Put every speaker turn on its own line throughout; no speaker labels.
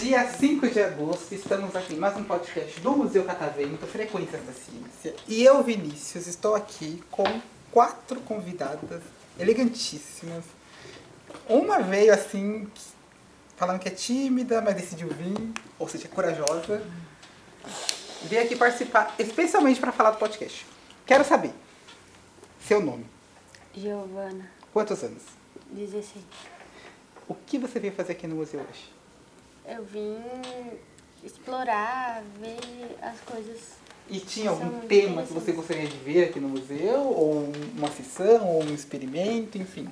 Dia 5 de agosto, estamos aqui em mais um podcast do Museu Catavento, Frequências da Ciência. E eu, Vinícius, estou aqui com quatro convidadas elegantíssimas. Uma veio assim, falando que é tímida, mas decidiu vir, ou seja, corajosa. Veio aqui participar especialmente para falar do podcast. Quero saber seu nome,
Giovana,
quantos anos,
16.
o que você veio fazer aqui no museu hoje?
Eu vim explorar, ver as coisas.
E tinha
São
algum tema que
interessantes.
você gostaria de ver aqui no museu? Ou uma sessão, ou um experimento, enfim.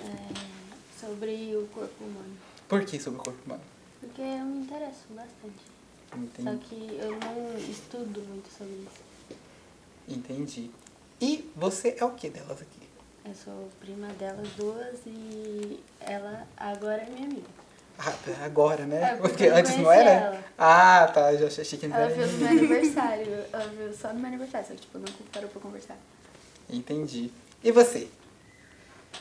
é, sobre o corpo humano.
Por que sobre o corpo humano?
Porque eu me interesso bastante.
Entendi.
Só que eu não estudo muito sobre isso.
Entendi. E você é o que delas aqui?
Eu sou prima delas duas e ela agora é minha amiga.
Ah, agora, né?
É, porque
Porque
eu não
antes não
conhecia
era?
ela.
Ah, tá. Já achei que eles
Ela
eram
viu no meu
inimigos.
aniversário. Ela viu só no meu aniversário, só que tipo, não parou pra conversar.
Entendi. E você?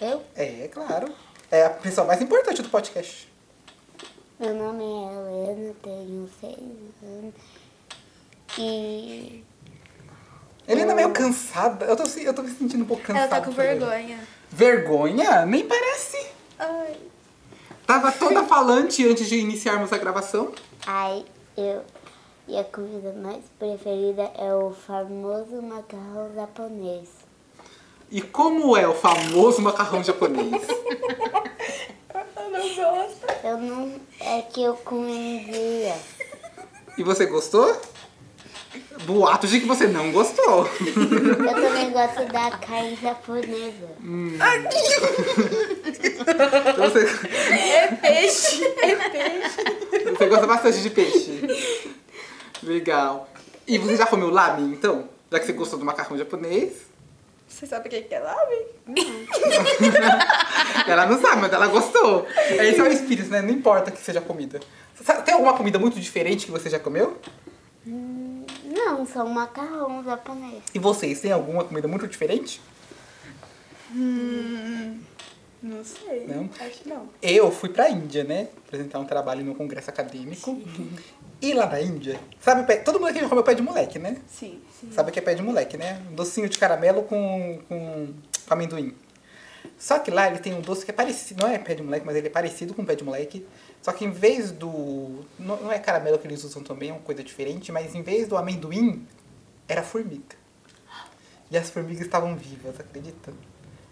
Eu?
É, claro. É a pessoa mais importante do podcast.
Meu nome é Helena, tenho seis anos. E
Ele ainda é meio cansada. Eu tô, se- eu tô me sentindo um pouco
Ela
cansada.
tá com
por ele.
vergonha.
Vergonha? Nem parece.
Ai.
Tava toda falante antes de iniciarmos a gravação.
aí eu. E a comida mais preferida é o famoso macarrão japonês.
E como é o famoso macarrão japonês?
Eu não gosto.
Eu não. É que eu comi um dia.
E você gostou? Boato de que você não gostou.
Eu também gosto da carne japonesa.
Você,
É peixe. É peixe.
você gosta bastante de peixe. Legal. E você já comeu lamen, então? Já que você gostou do macarrão japonês?
Você sabe o que que é lave?
Ela não sabe, mas ela gostou. Esse é o espírito, né? Não importa que seja comida. Sabe- Tem alguma comida muito diferente que você já comeu?
Não, só um macarrão japonês.
E vocês, têm alguma comida muito diferente?
Hum, Não sei.
Não?
Acho que não.
Eu fui pra Índia, né? Apresentar um trabalho no congresso acadêmico. E lá na Índia, sabe o pé? Todo mundo aqui já comeu pé de moleque, né?
Sim.
Sabe o que é pé de moleque, né? Um docinho de caramelo com, com, com amendoim. Só que lá ele tem um doce que é parecido, não é pé de moleque, mas ele é parecido com pé de moleque. Só que em vez do. Não, não é caramelo que eles usam também, é uma coisa diferente, mas em vez do amendoim, era formiga. E as formigas estavam vivas, acredita?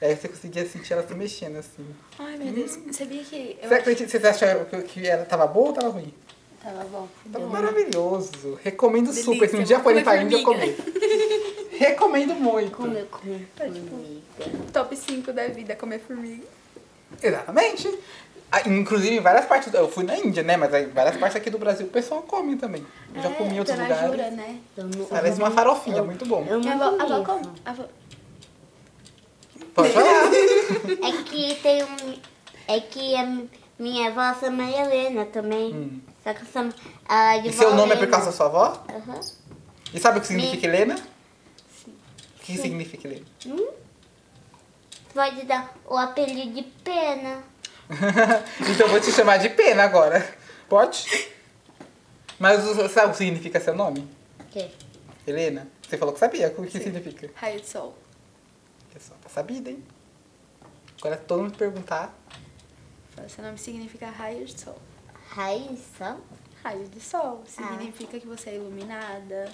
E aí você conseguia sentir elas se mexendo assim.
Ai, meu Deus. Sabia que eu
Você acredita, vocês acharam que, que ela tava boa ou tava ruim?
Tava Tá bom.
Tava maravilhoso. Recomendo
Tá Delícia,
super. Se um dia
vou
forem pra
comer
Índia, comer. Recomendo muito.
Comeu com
acho Tá, tipo, top 5 da vida comer formiga?
Exatamente. Ah, Inclusive, em várias partes. Eu fui na Índia, né? Mas em várias partes aqui do Brasil o pessoal come também. Eu já comi em outros lugares.
É, Jura, né?
Eu não-
Parece uma farofinha, muito bom.
Eu
Minha
não
avó, a avó
comi.
come. A avó...
Pode falar.
É que tem um. É que a mi- minha avó chama Helena também.
Hum.
Só que eu chamo ela de
E seu
vó
nome é por
Helena.
causa da sua avó?
Aham.
E sabe o que significa Helena? O que significa Helena?
Hum? Pode dar o apelido de pena.
então eu vou te chamar de Pena agora. Pode? Mas o- sabe o que significa seu nome?
Que?
Helena? Você falou que sabia. O que significa?
Raio de sol.
Pessoal, tá sabida, hein? Agora todo mundo perguntar.
Fala, Seu nome significa raio de sol.
Raiz, só?
Raio de
Ah.
sol. Significa que você é iluminada,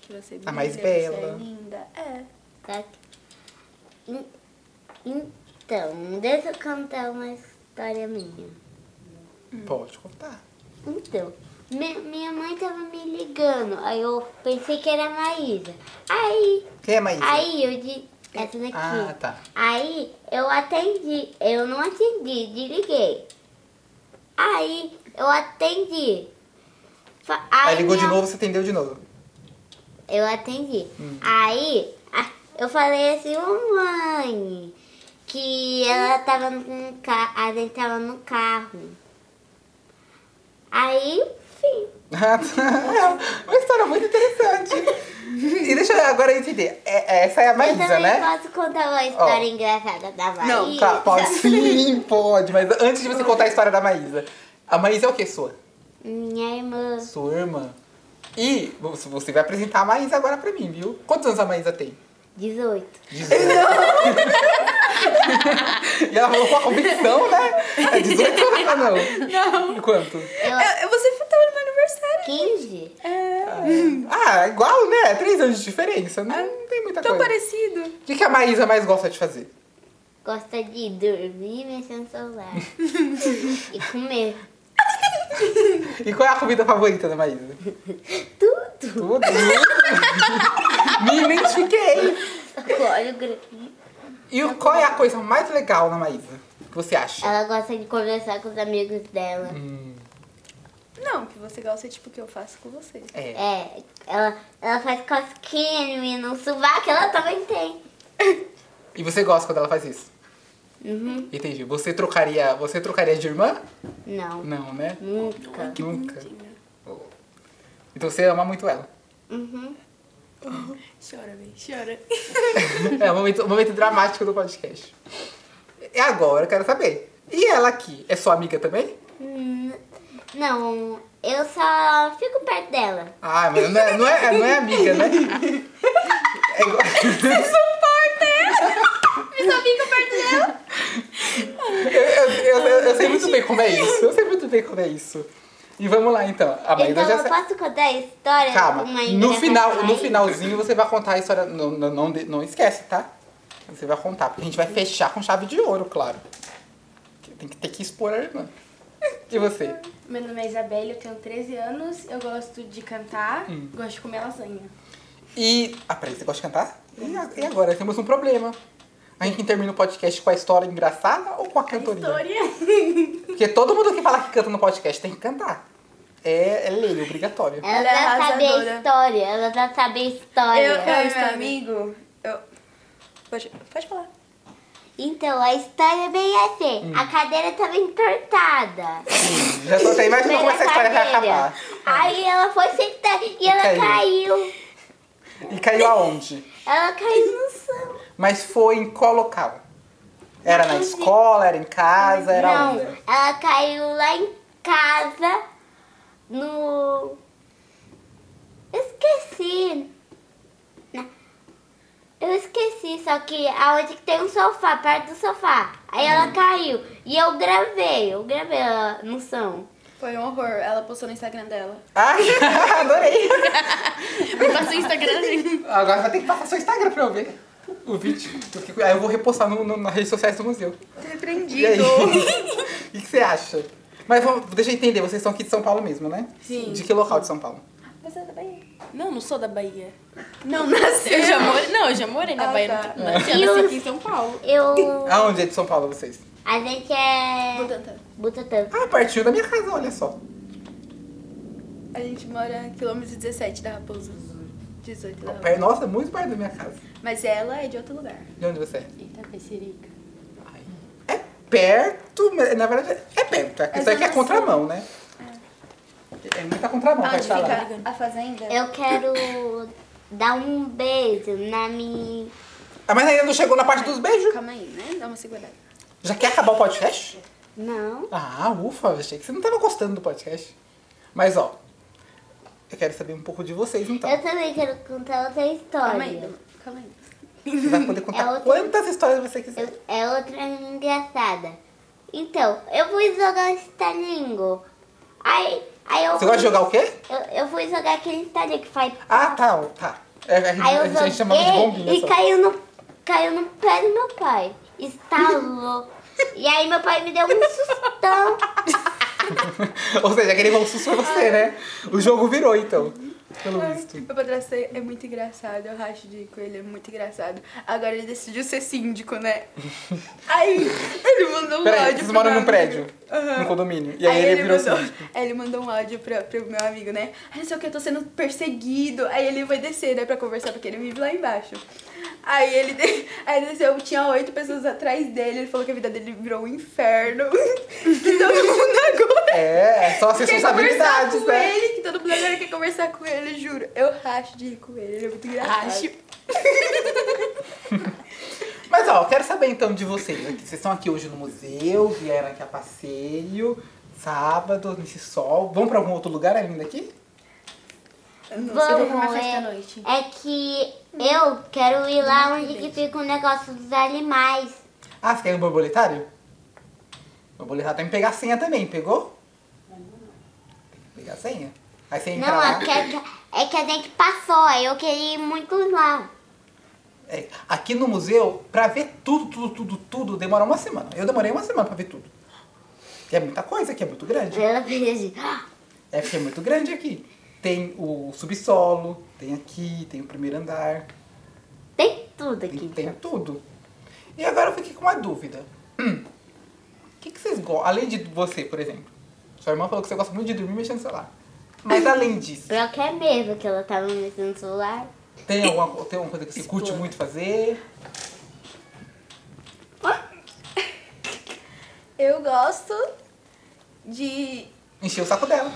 que você brilha,
A Ah, mais
você é
bela.
linda. É.
Tá aqui. In- Então, deixa eu contar uma história minha.
Pode contar.
Então, mi- minha mãe tava me ligando. Aí eu pensei que era a Maísa. Aí,
Quem é Maísa?
aí eu disse. Essa daqui.
Ah, tá.
Aí eu atendi, eu não atendi, desliguei. Aí eu atendi. Fa-
Aí ligou de
minha-
novo, Hum. você atendeu de novo.
Eu atendi. Aí a- eu falei assim, ô mãe, que ela tava no carro, a gente tava no carro. Aí, enfim.
Ah, tá. É uma história muito interessante. agora eu entendi. É, é, essa é a
Eu
Maísa,
também
né?
posso contar uma história engraçada da Maísa.
Não, tá, pode sim, pode. Mas antes de você contar a história da Maísa. A Maísa é o quê, sua?
Minha irmã,
Sua irmã. E você você vai apresentar a Maísa agora pra mim, viu? Quantos anos a Maísa tem?
18.
18. e ela falou com a convicção, né? É 18 anos ou não? Não. Quanto?
É, você foi- tava no meu aniversário. É.
15?
Ah, igual, né? Três anos de diferença. Não, não tem muita
Tão
coisa.
parecido.
O que que a Maísa mais gosta de fazer?
Gosta de dormir mexendo no celular. e comer
E qual é a comida favorita da Maísa?
tudo.
Tudo. Me identifiquei.
Olha o gr-
E o- qual é a coisa mais legal na Maísa? Que você acha?
Ela gosta de conversar com os amigos dela.
Hum,
Não, que você gosta é tipo o que eu faço com você.
é.
É, ela, ela faz cosquinha em mim, no sovaco, ela também tem.
E você gosta quando ela faz isso?
Uhum.
Entendi. Você trocaria, você trocaria de irmã?
Não,
Não, né?
nunca.
Nunca. Então você ama muito ela.
Uhum.
Chora, bem, chora.
É o momento, o momento dramático do podcast. E agora eu quero saber. E ela aqui? É sua amiga também?
Hum, Não, eu só fico perto dela.
Ah, mas não é, não é, não é amiga, né? É igual-
um Só fica É perto dela.
eu, eu, eu, eu sei muito bem como é isso. Eu sei muito bem como é isso. E vamos lá então. A Maíra
então
já
eu
sabe.
posso contar a história?
Calma,
É, Uma
no,
engraçada
final, no
aí?
finalzinho você vai contar a história. Não, não, não, de- não esquece, tá? Você vai contar, porque a gente vai fechar com chave de ouro, claro. Tem que ter que expor a irmã. E você?
Meu nome é Isabelle, eu tenho 13 anos, eu gosto de cantar, gosto de comer lasanha.
E. Ah, peraí, você gosta de cantar? E, a- e agora? Temos um problema. A gente termina o podcast com a história engraçada ou com a cantoria? Porque todo mundo que fala que canta no podcast tem que cantar. É, é lei, obrigatório.
Ela,
Ela é
já sabe a
arrasadora.
história, ela já sabe a história.
Eu- eu-
Oi, meu
Sabe.
amigo.
Eu... Pode, pode falar.
Então, a história é bem assim.
Hum.
A cadeira tava entortada.
Já tô até imaginando como
Primeira
essa história vai
cadeira.
acabar.
Aí ela foi sentar e ela
caiu.
caiu.
E caiu aonde?
Ela caiu no chão.
Mas foi em qual local? Era na escola, era em casa, era
Não,
onde?
ela caiu lá em casa, no... Esqueci. Na- Eu esqueci, só que aonde que tem um sofá, perto do sofá. Aí ela
Hum.
caiu. E eu gravei, eu gravei ela no som.
Foi um horror, ela postou no Instagram dela.
Ai, adorei!
Me
tá
passa o Instagram, gente.
Agora vai ter que passar seu Instagram pra eu ver o vídeo. Eu fico- Aí eu vou repostar no, no- nas redes sociais do museu. E aí?
Repreendido.
O que, que você acha? Mas vamos, deixa eu entender, vocês são aqui de São Paulo mesmo, né?
Sim.
De que local de São Paulo?
Você é da Bahia.
Não, não sou da Bahia.
Não, nasceu.
Eu já morei, não, eu já morei na
Ah,
Bahia.
tá.
Não, não adianta,
E
eu nasci
os-
aqui em São Paulo.
Eu...
Aonde é de São Paulo vocês?
A gente é...
Butantã.
Butantan.
Ah, partiu da minha casa, olha só.
A gente mora em quilômetro 17 da Raposa. 18 da Raposa.
Perto- Nossa, muito Tá perto da minha casa.
Mas ela é de outro lugar.
De onde você é?
Eita, Pecerica.
É perto, mas, na verdade é perto. Isso aqui é contramão, né? É muita contramão, vai
Onde
falar.
fica Ah, a fazenda?
Eu quero dar um beijo na minha...
Ah, mas ainda não chegou na parte dos beijos.
Calma aí, né? Dá uma segurada.
Já quer acabar o podcast?
Não.
Ah, ufa, achei que você não tava gostando do podcast. Mas ó, eu quero saber um pouco de vocês então.
Eu também quero contar outra
Calma aí,
história.
calma aí.
Você vai poder
É
contar
outra-
quantas histórias você quiser.
Eu- é outra engraçada. Então, eu fui jogar Stalingo. Aí, aí eu.
Você gosta de jogar o quê?
Eu, eu fui jogar aquele Stalingo que faz.
Ah, tá, ó, tá. É, a gente,
Aí eu
a gente
joguei
chamava de bombinha
e
só.
caiu no, caiu no pé do meu pai. Estalou. e aí meu pai me deu um sustão.
Ou seja, aquele bom susto foi você, né? O jogo virou, então. Pelo visto.
Meu padrasto é muito engraçado, eu racho de coelho, é muito engraçado. Agora ele decidiu ser síndico, né? aí ele mandou um
Peraí,
áudio
vocês
pro
moram
meu
num
amigo.
prédio,
Aham.
num condomínio. E aí, ele, virou
mandou,
assim.
Aí ele mandou um áudio pra, pro meu amigo, né? Ah, não sei o que, eu tô sendo perseguido. Aí ele foi descer, né, pra conversar, porque ele vive lá embaixo. Aí ele, de- aí ele desceu, tinha oito pessoas atrás dele, ele falou que a vida dele virou um inferno. que todo mundo agora
É, é só
quer conversar
responsabilidades,
com
né?
ele, que todo mundo agora quer conversar com ele. ele, juro. Eu racho de rir com ele, ele é muito engraçado.
Mas ó, eu quero saber então de vocês. aqui. Vocês estão aqui hoje no museu, vieram aqui a passeio, sábado, nesse sol. Vão pra algum outro lugar ainda aqui?
Você vai pra uma
Vamos,
festa à
é,
noite.
é que eu quero ir lá onde que fica o negócio dos animais.
Ah, você quer ir no borboletário? O borboletário tem que pegar a senha também, pegou? Tem que pegar a senha. Aí você entra
Não,
lá.
é que, é que- é que a gente passou, aí eu queria ir muito lá.
É, aqui no museu, pra ver tudo, tudo, tudo, tudo, demora uma semana. Eu demorei uma semana pra ver tudo. Que é muita coisa aqui, é muito grande.
Ela fez assim, "Ah,
É porque é muito grande aqui. Tem o subsolo, tem aqui, tem o primeiro andar,
tem tudo
tem,
aqui.
tem tudo. E agora eu fiquei com uma dúvida. Hum, O que, que vocês gostam? Além de você, por exemplo. Sua irmã falou que você gosta muito de dormir mexendo no celular. Mas além disso,
Pior que é mesmo que ela tava mexendo no celular.
tem alguma, co- tem alguma coisa que você curte muito fazer?
Eu gosto de
Encher o saco dela.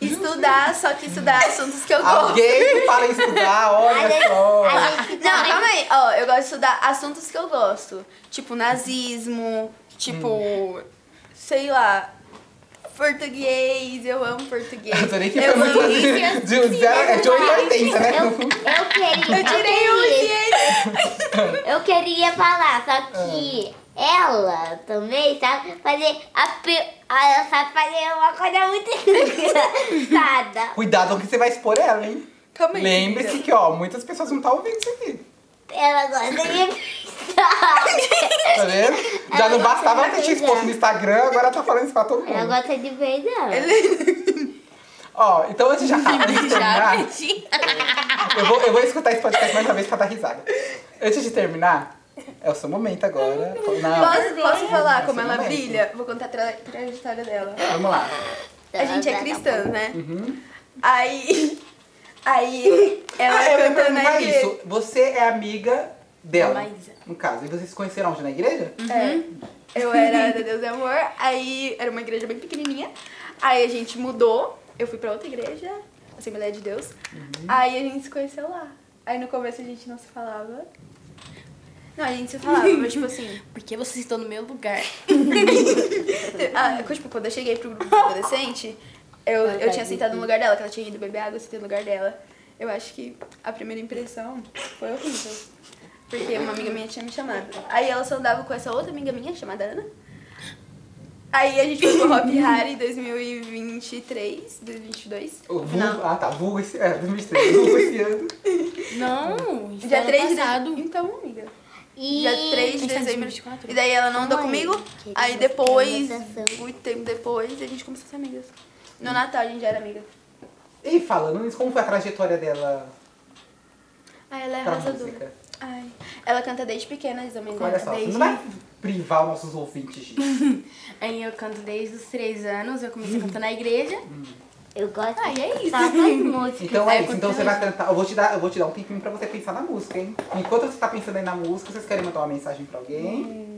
estudar, só que estudar assuntos que eu gosto.
Uhum. Alguém que fala em estudar,
A gente-
olha só.
a gente
Não,
também-
calma aí. Ó, eu gosto de estudar assuntos que eu gosto. Tipo nazismo, tipo.
Hum.
sei lá. Português, eu amo português.
Adorei que
eu
foi muito
amo
de, de, de, é de 8 a 80, né?
Eu, eu queria.
Eu tirei um
queria-
ciência.
Eu queria falar, só que
Ah.
ela também sabe fazer a pi- ela sabe fazer uma coisa muito engraçada.
Cuidado com que você vai expor ela, hein?
Calma aí.
Lembre-se
querida.
que, ó, muitas pessoas não estão ouvindo isso aqui.
Ela gosta de verdade.
É.
Tá vendo? Já não bastava ela ter te exposto no Instagram, agora ela tá falando isso pra todo
É.
Ela
mundo.
gosta de verdade.
Ó, então antes de acabar de terminar, eu vou, eu vou escutar esse podcast mais uma vez pra dar risada. Antes de terminar, é o seu momento agora. Não,
Posso, posso falar
Nossa,
como ela
momento.
brilha? Vou contar a tra- trajetória dela.
vamos lá.
tá,
A gente é cristã, né?
Uhum.
Aí. Aí. Ela
Ah, eu ia
canta na
perguntar
igreja.
isso. Você é amiga dela,
Maísa.
no caso. E vocês se conheceram onde? Na igreja?
É. Eu era da Deus é Amor, aí era uma igreja bem pequenininha. Aí a gente mudou, eu fui pra outra igreja, Assembleia de Deus.
Uhum.
Aí a gente se conheceu lá. Aí no começo a gente não se falava. Não, a gente se falava, mas tipo assim.
Porque vocês estão no meu lugar.
Ah, tipo, quando eu cheguei pro grupo de adolescente, eu, eu tinha sentado no lugar dela, que ela tinha ido beber água, eu sentei no lugar dela. Eu acho que a primeira impressão foi horrível. Porque uma amiga minha tinha me chamado. Aí ela só andava com essa outra amiga minha, chamada Ana. Aí a gente foi pro Hop Harry 2023, 2022.
O vulgo, ah, tá. Vulgo esse, é, 2023. Vulgo esse ano.
Não, isso
é
Dia
ano
3 de
passado.
Então, amiga.
E
Dia 3 de
Está em
dezembro.
2024?
E daí ela não andou
Mãe,
comigo.
querida,
Aí depois,
organização.
muito tempo depois, a gente começou a ser amigas. No Natal a gente já era amiga.
E falando nisso, como foi a trajetória dela
Ah, ela é
pra
arrasadora.
música?
Ai. Ela canta desde pequena, as amigas.
Olha só, você não vai privar os nossos ouvintes disso.
Aí eu canto desde os três anos, eu comecei a cantar na igreja.
eu gosto
Aí é isso.
só das músicas.
Então é
Aí,
isso, então
quando
você vai cantar. Eu vou te dar, eu vou te dar um tempinho pra você pensar na música, hein? Enquanto você tá pensando aí na música, vocês querem mandar uma mensagem pra alguém?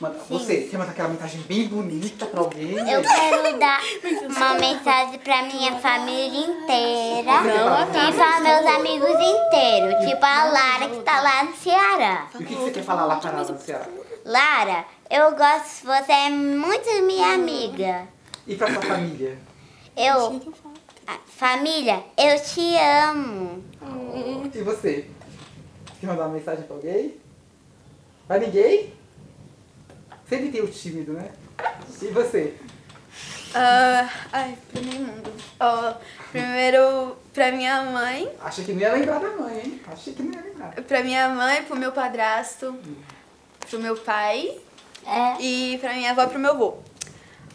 Manda- você quer mandar aquela mensagem bem bonita pra alguém?
Eu quero dar uma mensagem pra minha família inteira. e pra meus amigos inteiros. Tipo a Lara que tá lá no Ceará.
E o que, que você quer falar lá pra nós, Luciana?
Lara, eu gosto, você é muito minha amiga.
E pra sua família?
Eu. a- Família, eu te amo.
E você? Quer mandar uma mensagem pra alguém? Pra ninguém? Sempre tem o tímido, né? E você?
Ah, ai, pra mim mundo. Ó, primeiro pra minha mãe,
Achei que não ia lembrar da mãe, hein? Achei que não ia lembrar.
pra minha mãe, pro meu padrasto, pro meu pai
É.
e pra minha avó e pro meu avô.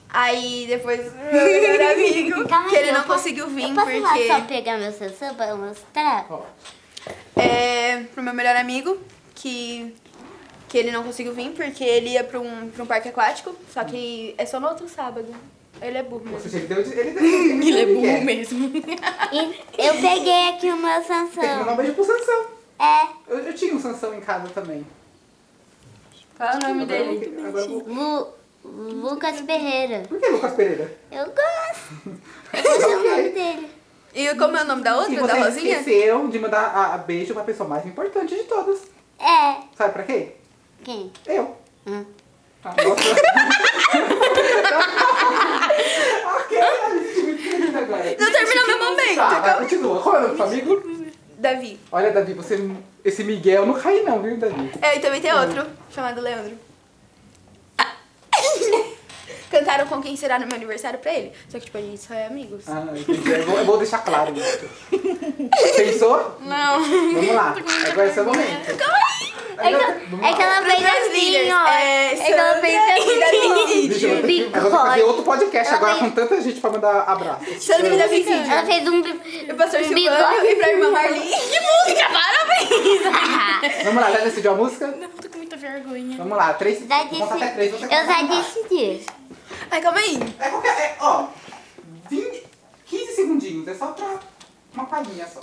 Aí depois meu melhor amigo,
Calma
que
aí,
ele
eu
não
posso-
conseguiu vir
eu posso lá só
porque
pegar meu sensor pra eu mostrar?
Ó,
é pro meu melhor amigo, que que ele não conseguiu vir porque ele ia pra um, pra um parque aquático, só que é só no outro sábado. Ele é burro
ou
mesmo.
seja, ele deu um de- Ele deu de-
Ele é burro
quer.
mesmo.
E eu peguei aqui o meu
Tem que mandar um
Sansão.
beijo pro Sansão.
É,
Eu, eu tinha um Sansão em casa também.
Qual é o nome
Agora eu
dele?
vou- agora eu vou-
Lu, Lucas Ferreira.
Por que Lucas Pereira?
Eu gosto. Eu gosto do nome dele.
E como é o nome da
E
outra, da
você
Rosinha?
esqueceu de mandar a, a beijo pra pessoa mais importante de todas.
É.
Sabe pra quem?
Quem?
Eu.
Hum.
Ah, nossa. ok, a gente fica muito feliz agora.
Não terminou meu
Tá,
momento.
vai, continua. Qual é o nome do seu amigo?
Davi.
Olha, Davi, você. Esse Miguel não cai não, viu, Davi?
É, e também tem outro, chamado Leandro. Ah. Cantaram com quem será no meu aniversário pra ele. Só que, tipo, a gente só é amigos.
Ah, entendi. Eu vou, eu vou deixar claro isso. Pensou?
Não.
Vamos lá. Agora é seu momento. Agora- vamos lá.
É que ela fez
Pras
assim,
líderes,
ó.
é,
É que ela
Sandra
fez assim.
Gente, eu vou ter que- eu vou ter que fazer outro podcast agora com tanta gente pra mandar abraço.
Sandra e Davi
Ela
Cid.
fez um.
E o pastor
um
Silvano e pra irmã Marli. Que música, parabéns!
Vamos lá, já decidiu a música?
Não, tô com muita vergonha.
Vamos lá, três.
Já
Vou contar até três. você
decidi. Eu
conta
já
até
decidi.
Ai, calma aí.
quatro. É qualquer. É, ó. 20, 15 segundinhos. É só pra. Uma palhinha só.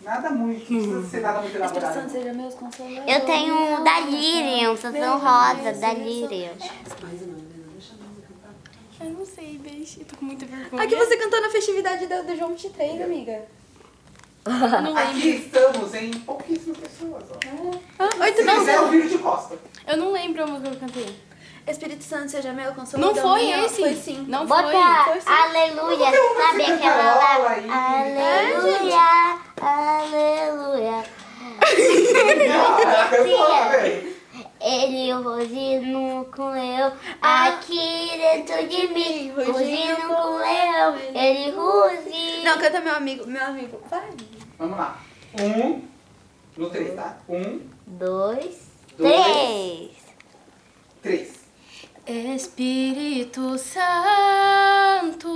Nada muito. Não precisa ser nada muito elaborado.
seja meus consoladores.
Eu tenho um da Lirium, Sansão Rosa, da Lirium.
Eu não sei, beijo. Eu tô com muita vergonha.
Aqui você cantou na festividade do, do João 23, amiga.
Não
Aqui
lembro.
estamos em pouquíssimas pessoas, ó.
Oito
Ah,
Se
não.
quiser ouvir de costa.
Eu não lembro a música que eu cantei.
Espírito Santo seja meu
Não
consolador.
foi
meu.
esse?
Foi sim.
Não foi.
Bota
foi sim.
aleluia,
Por que você
sabe
canta
aquela lá?
aula aí?
Aleluia, aleluia.
Caraca, eu falo, velho.
Ele rosino com eu, aqui dentro de mim, rosino com eu, ele rosina.
Não, canta meu amigo. Meu amigo. Vai.
Vamos lá. Um. No três, tá? Um,
Dois,
Dois.
três.
três.
Espírito Santo,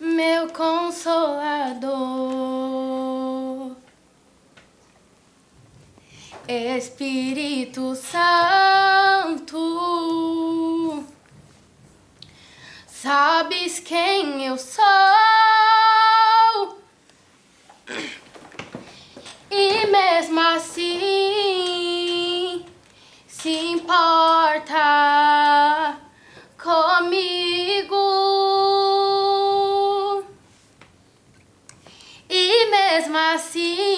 meu consolador. Espírito Santo, sabes quem eu sou? E mesmo assim se importa comigo. E mesmo assim